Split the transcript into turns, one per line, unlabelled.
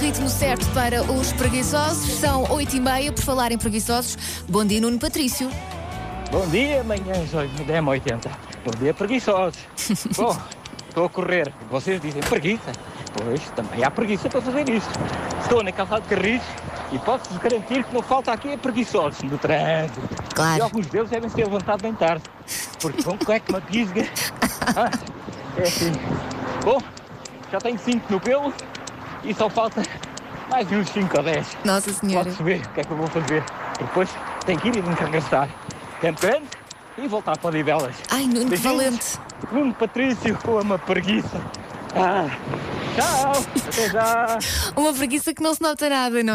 ritmo certo para os preguiçosos. São 8h30, por falar em preguiçosos. Bom dia, Nuno Patrício.
Bom dia, manhãs 10h80. Bom dia, preguiçosos. Bom, estou a correr. Vocês dizem preguiça. Pois, também há preguiça para fazer isto. Estou na calçada de Carris e posso-vos garantir que não falta aqui é preguiçosos no trânsito. E
Claro.
alguns deles devem se levantar bem tarde. Porque vão com é que uma pisga. Ah, é assim. Bom, já tenho 5 no pelo e só falta mais uns 5 ou 10.
Nossa Senhora.
Pode ver o que é que eu vou fazer. Depois tenho que ir e me regressar. Campo Grande e voltar para Odivelas.
Ai, Nuno, que
Beijinhos.
valente.
Bruno Patrício com uma preguiça. Ah, tchau, até já.
Uma preguiça que não se nota nada, não é?